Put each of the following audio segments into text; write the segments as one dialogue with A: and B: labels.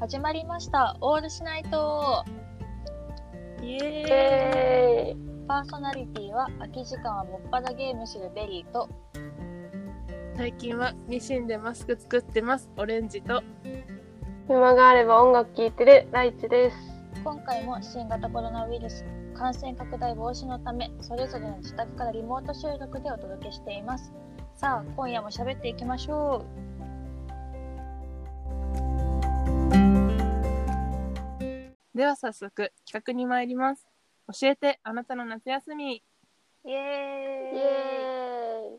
A: 始まりましたオールしないとイエーイ
B: え
A: パーソナリティは空き時間はもっぱらゲームするベリーと
C: 最近はミシンでマスク作ってますオレンジと
B: ー、暇があれば音楽聴いてるライチです。
A: 今回も新型コロナウイルス感染拡大防止のためそれぞれの自宅からリモート収録でお届けしていますさあ今夜も喋っていきましょう
C: では早速企画に参ります教えてあなたの夏休み
A: イエ
B: イ
A: ーイ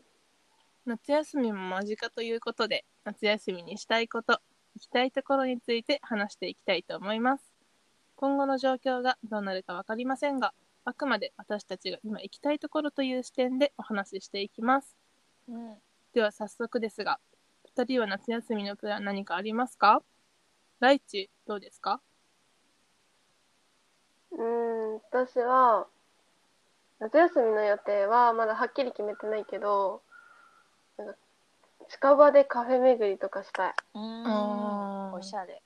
C: 夏休みも間近ということで夏休みにしたいこと行きたいところについて話していきたいと思います今後の状況がどうなるか分かりませんがあくまで私たちが今行きたいところという視点でお話ししていきます
A: うん
C: では早速ですが2人は夏休みのプラン何かありますかライチどうですか
B: うーん、私は、夏休みの予定はまだはっきり決めてないけど、なんか近場でカフェ巡りとかしたい。
A: うー
C: あ
A: ん
C: ー
A: おしゃれ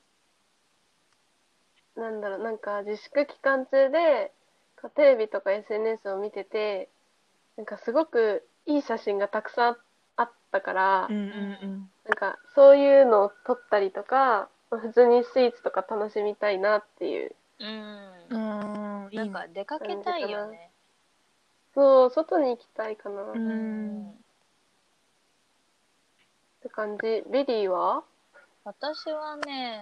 B: なんだろう、なんか自粛期間中で、こうテレビとか SNS を見てて、なんかすごくいい写真がたくさんあったから、
C: ん
A: うん
B: なんかそういうのを撮ったりとか、普通にスイーツとか楽しみたいなっていう。
A: うん
C: うんうんいい
A: なんか出かけたいよね
B: そう、外に行きたいかなっ
C: うん
B: て感じ。ベリーは
A: 私はね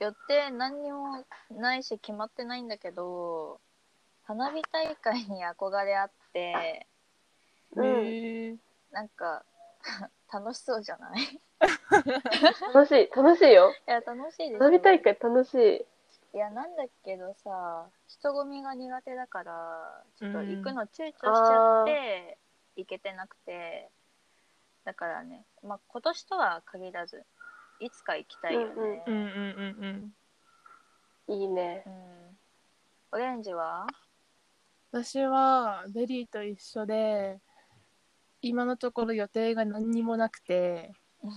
A: 予定何にもないし決まってないんだけど花火大会に憧れあって
B: うん
C: へー
A: なんか 楽しそうじゃない い
B: 楽しい、楽しいよ。
A: や楽しいですよ
B: 花火大会楽しい。
A: いやなんだけどさ人混みが苦手だからちょっと行くの躊躇しちゃって行けてなくてだからねまあ今年とは限らずいつか行きたいよね、
C: うんうんうん
B: いいね。
A: うんオレンジは
C: うん私はベリーと一緒で今のところ予定が何にもなくて
A: う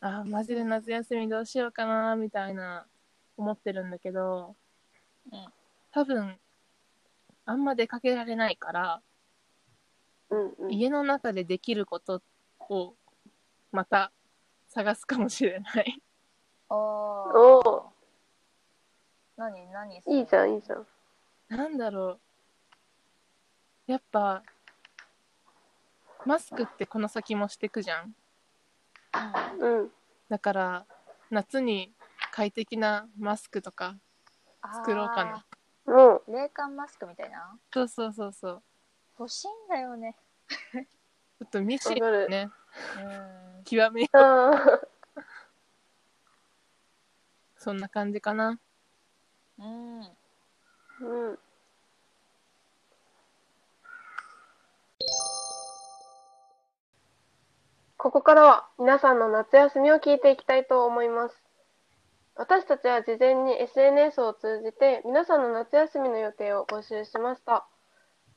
C: あーマジで夏休みどうしようかなみたいな思ってるんだけど、
A: うん
C: 多分あんま出かけられないから、
B: うんうん。
C: 家の中でできることをまた探すかもしれない
A: ん、お
B: お
A: ー
B: ー
A: 何何
B: いいじゃん、いいじゃん。
C: なんだろう。やっぱ、マスクってこの先もしてくじゃん。
A: ゃん、
B: うん。
C: だから、夏に快適なマスクとか作ろうかな。
B: もう、
A: あー冷感マスクみたいな
C: そうそうそうそう。
A: 欲しいんだよね
C: ちょっとミシ
B: わ
C: ン
B: かる。
C: ね、
A: うん
C: 極め、
B: ああ。
C: そんな感じかな。
A: うん
B: うん。ここからは皆さんの夏休みを聞いていきたいと思います。私たちは事前に SNS を通じて皆さんの夏休みの予定を募集しました。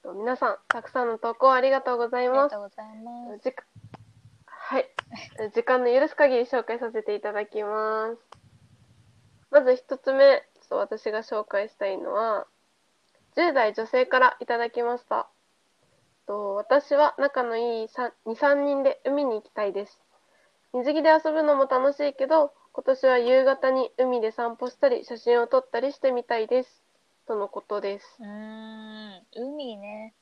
B: と皆さん、たくさんの投稿ありがとうござい
A: ありが
B: ます
A: と。うございます
B: 時間はい。時間の許す限り紹介させていただきます。まず一つ目、ちょっと私が紹介したいのは、10代女性からいただきました。と私は仲のいい2、3人で海に行きたいです。水着で遊ぶのも楽しいけど、今年は夕方に海で散歩したり、写真を撮ったりしてみたいです。とのことです。
A: うん海ね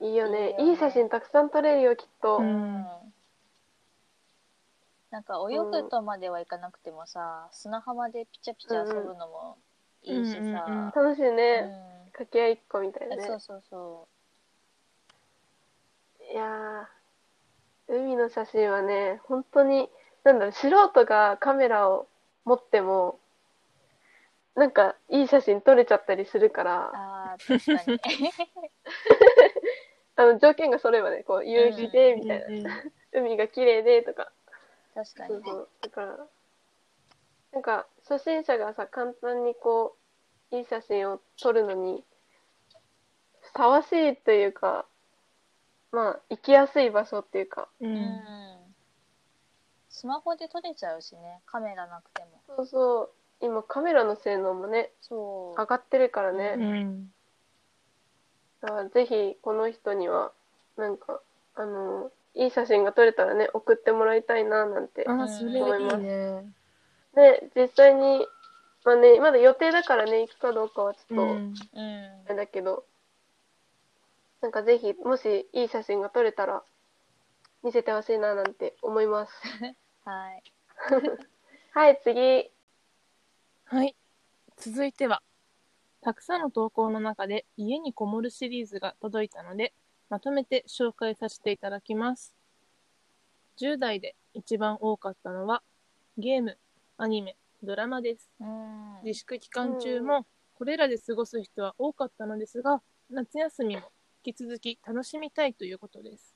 B: いいよね。
A: いいよね
B: いい写真たくさん撮れるよ、きっと。
C: う
A: うんなんか泳ぐとまではいかなくてもさ砂浜でピチャピチャ遊ぶのもいいし
C: うんうんう
A: さ
C: ん
B: 楽しいね。
A: うん
B: 掛け合いっこみたいなね
A: えそうそうそ
B: いやー海の写真はね本当になんだろう素人がカメラを持ってもなんかいい写真撮れちゃったりするか
A: う
B: ら
A: あー確 かに
B: あの条件が揃えばねこう夕日でみたいな、
C: うん
B: 海が綺麗でとか
A: 確か
B: そ
A: にね
B: うそうだからなんか初心者がさ簡単にこういい写真を撮るのにふさわしいというかまあ行きやすい場所っていうか
C: う
A: うんんスマホで撮れちゃうしねカメラなくても
B: そうそう今カメラの性能もね
A: そ
B: 上がってるからね、
C: うん。
B: だからぜひこの人にはなんかあのいい写真が撮れたらね送ってもらいたいななんて、
C: あ、それいいね。
B: で実際にまあねまだ予定だからね行くかどうかはちょっと、
C: うん。
A: ううん
B: あれだけどなんかぜひもしいい写真が撮れたら見せてほしいななんて思います
A: はい
B: はい次
C: はい。続いては、たくさんの投稿の中で家にこもるシリーズが届いたので、まとめて紹介させていただきます。10代で一番多かったのは、ゲーム、アニメ、ドラマです。
A: うん
C: 自粛期間中もこれらで過ごす人は多かったのですが夏休みも引き続き楽しみたいということです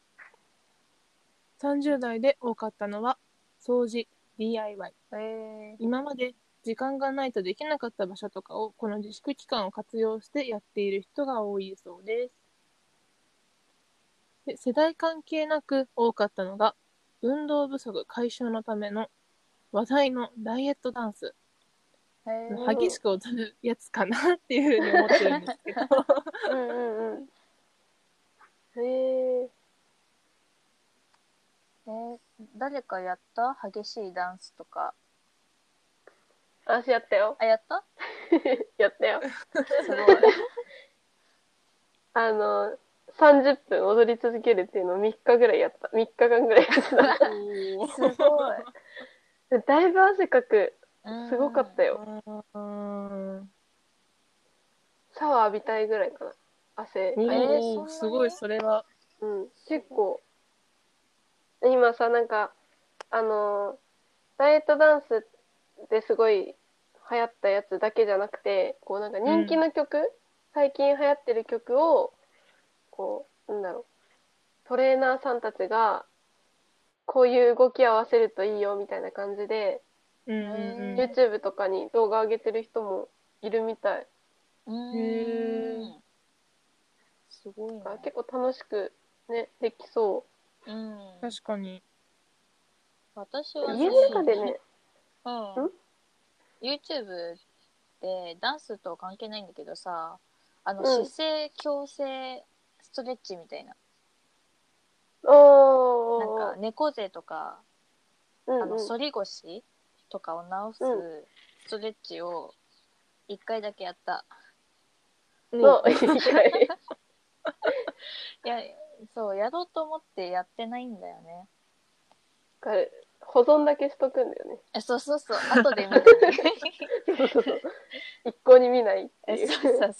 C: 30代で多かったのは掃除 DIY
A: え
C: 今まで時間がないとできなかった場所とかをこの自粛期間を活用してやっている人が多いそうですで世代関係なく多かったのが運動不足解消のための話題のダイエットダンス
A: ー、えー、
C: 激しく踊るやつかなっていうふうに思ってるんですけど
B: うんうんうんへえ
A: えー誰かやった激しいダンスとか
B: 私やったよ
A: あやった
B: やったよ
A: すごい
B: あの30分踊り続けるっていうのを3日ぐらいやった3日間ぐらいやってた
A: すごい
B: だいぶ汗かく
A: うん
B: すごかったよ
C: うん
B: シャワー浴びたいぐらいかな汗
A: えーそん
C: お
A: なに
C: ーすごいそれは
B: うん、結構今さなんかあのーダイエットダンスですごい流行ったやつだけじゃなくてこうなんか人気の曲、最近流行ってる曲をこうなんだろうトレーナーさんたちがこういう動き合わせるといいよみたいな感じで、
C: うん
A: うん
B: YouTube とかに動画上げてる人もいるみたい、
A: うん
C: へ
A: すごいね
B: だから結構楽しくねできそ
A: うん
C: 確かに
A: 私は
B: う
A: ね
B: 家の中でね
A: うん
B: ん
A: YouTube でダンスとは関係ないんだけどさあの
B: うん
A: 姿勢矯正ストレッチみたいな、
B: おー
A: なんか猫背とか
B: うんうん
A: あの反り腰とかを直す
B: うん
A: ストレッチを一回だけやった、
B: の一回。
A: いやそうやろうと思ってやってないんだよね
B: 保存だけしとくんだよね。
A: えそうそう そう後で見て
B: そうそうそう一向に見ないって
A: ね
B: い。
A: そうそうう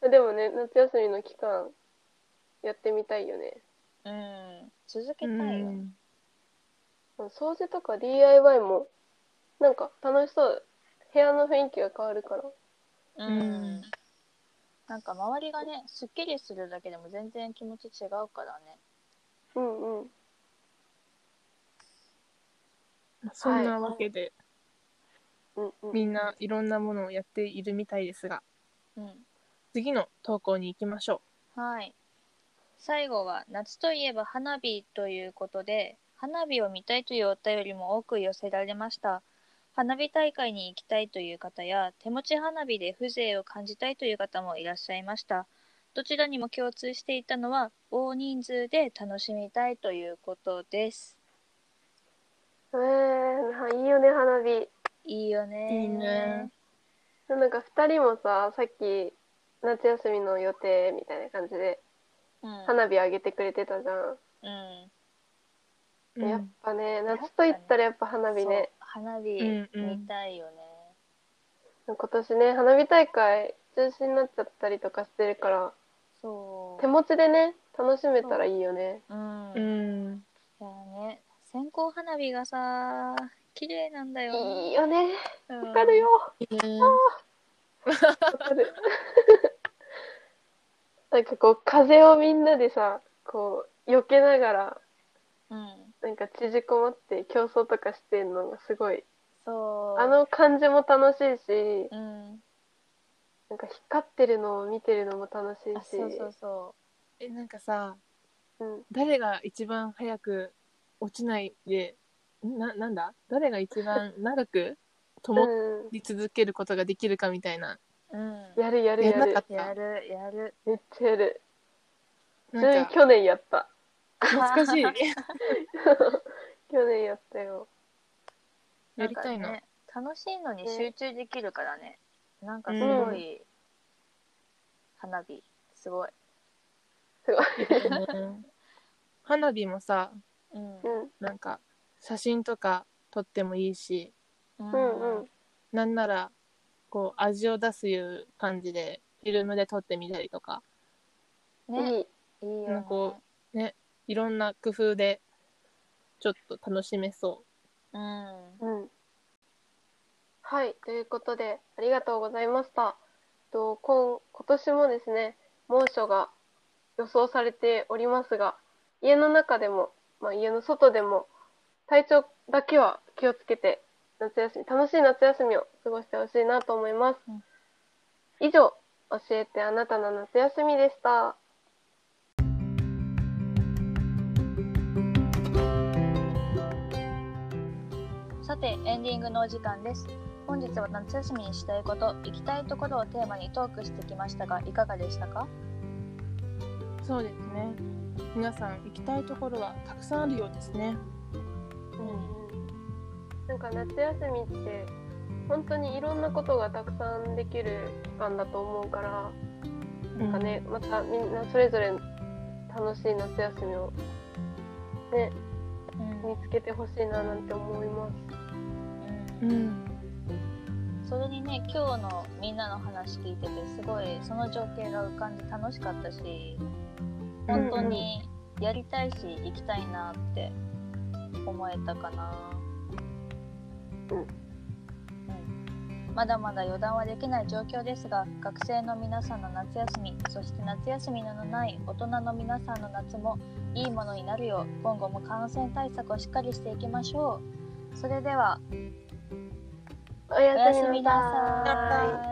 A: そう
B: でもね、夏休みの期間、やってみたいよね。
A: うん続け
C: う
A: たいよ、
C: ん
B: 掃除とか DIY も、なんか楽しそう。部屋の雰囲気が変わるから。
A: う
C: うん
A: ん、なんか周りがねすっきりするだけでも全然気持ち違うからね
B: うんうん。
C: そんなわけで
B: うんうん、
C: みんないろんなものをやっているみたいですが
A: う
C: 次の投稿に行きましょ
A: んはい最後は夏といえば花火ということで花火を見たいというお便りも多く寄せられました花火大会に行きたいという方や手持ち花火で風情を感じたいという方もいらっしゃいましたどちらにも共通していたのは大人数で楽しみたいということです
B: えー、いいよね、花火。
A: いいよね
C: いいね
B: なんか二人もさ、さっき、夏休みの予定みたいな感じで、
A: うん、
B: 花火あげてくれてたじゃん。
A: うん
C: う。
B: やっぱね、夏と言ったらやっぱ花火ね。
A: そう花火
C: うんうん
A: 見たいよね、
B: 今年ね花火大会中止になっちゃったりとかしてるから
A: そう
B: 手持ちでね楽しめたらいいよね
A: うん、
C: う
A: い
C: ん。
A: やね線香花火がさ綺麗なんだよ
B: いいよね
A: うん
B: わかるよわかる なんかこう風をみんなでさこう避けながら
A: うん
B: なんか縮こまって競争とかしてるのがすごい
A: そう
B: あの感じも楽しいし
A: うん
B: なんか光ってるのを見てるのも楽しい
A: あ
B: し
A: そうそうそ
C: えなんかさ
B: うん
C: 誰が一番早く落ちないでななんだ誰が一番長く
B: う
C: 友
B: ん
C: り続けることができるかみたいな
A: うん。
B: やるやるや
C: やんなか
B: る
C: っ。
A: やる、やる。
B: めっちゃやる。そ
C: な
B: れ
C: んか
B: 去年やった。
C: 懐かしい
B: 去年やったよ。
C: やりたい
A: んか
C: な
A: ね。楽しいのに集中できるからね。なんかす
B: う
A: ごい、花火、すごい。
B: すごい。
C: うん花火もさ
A: うん。
B: う
A: うん
B: ん
C: なんか写真とか撮ってもいいし
B: うんうん。
C: なんならこう味を出すいう感じでフィルムで撮ってみたりとか
A: ね、
B: いい。
A: いいよ
C: なん
A: ね
C: か。こうねいろんな工夫でちょっと楽しめそ
A: うん。
B: うん。はい、ということで、ありがとうございました。と今今年もですね、猛暑が予想されておりますが、家の中でも、まあ、家の外でも、体調だけは気をつけて、夏休み、楽しい夏休みを過ごしてほしいなと思います。
A: うん
B: 以上、教えてあなたの夏休みでした。
A: さてエンディングのお時間です本日は夏休みにしたいこと行きたいところをテーマにトークしてきましたがいかがでしたか
C: うそうですね皆さん行きたいところはたくさんあるようですね
A: う
B: なんか夏休みって本当にいろんなことがたくさんできる期間だと思うから、
C: な
B: なんかねまたみんなそれぞれ楽しい夏休みをね
A: ん
B: 見つけてほしいななんて思います。
A: う
C: うんん
A: それにね今日のみんなの話聞いててすごいその情景が浮かんで楽しかったし本当にやりたいし行きたいなって思えたかな
B: うん
A: うんまだまだ予断はできない状況ですが学生の皆さんの夏休みそして夏休みのない大人の皆さんの夏もいいものになるよう今後も感染対策をしっかりしていきましょうそれでは
B: お
A: お
B: や
A: や
B: す
A: す
B: み
A: み
B: な
A: な
B: さーい。
A: さい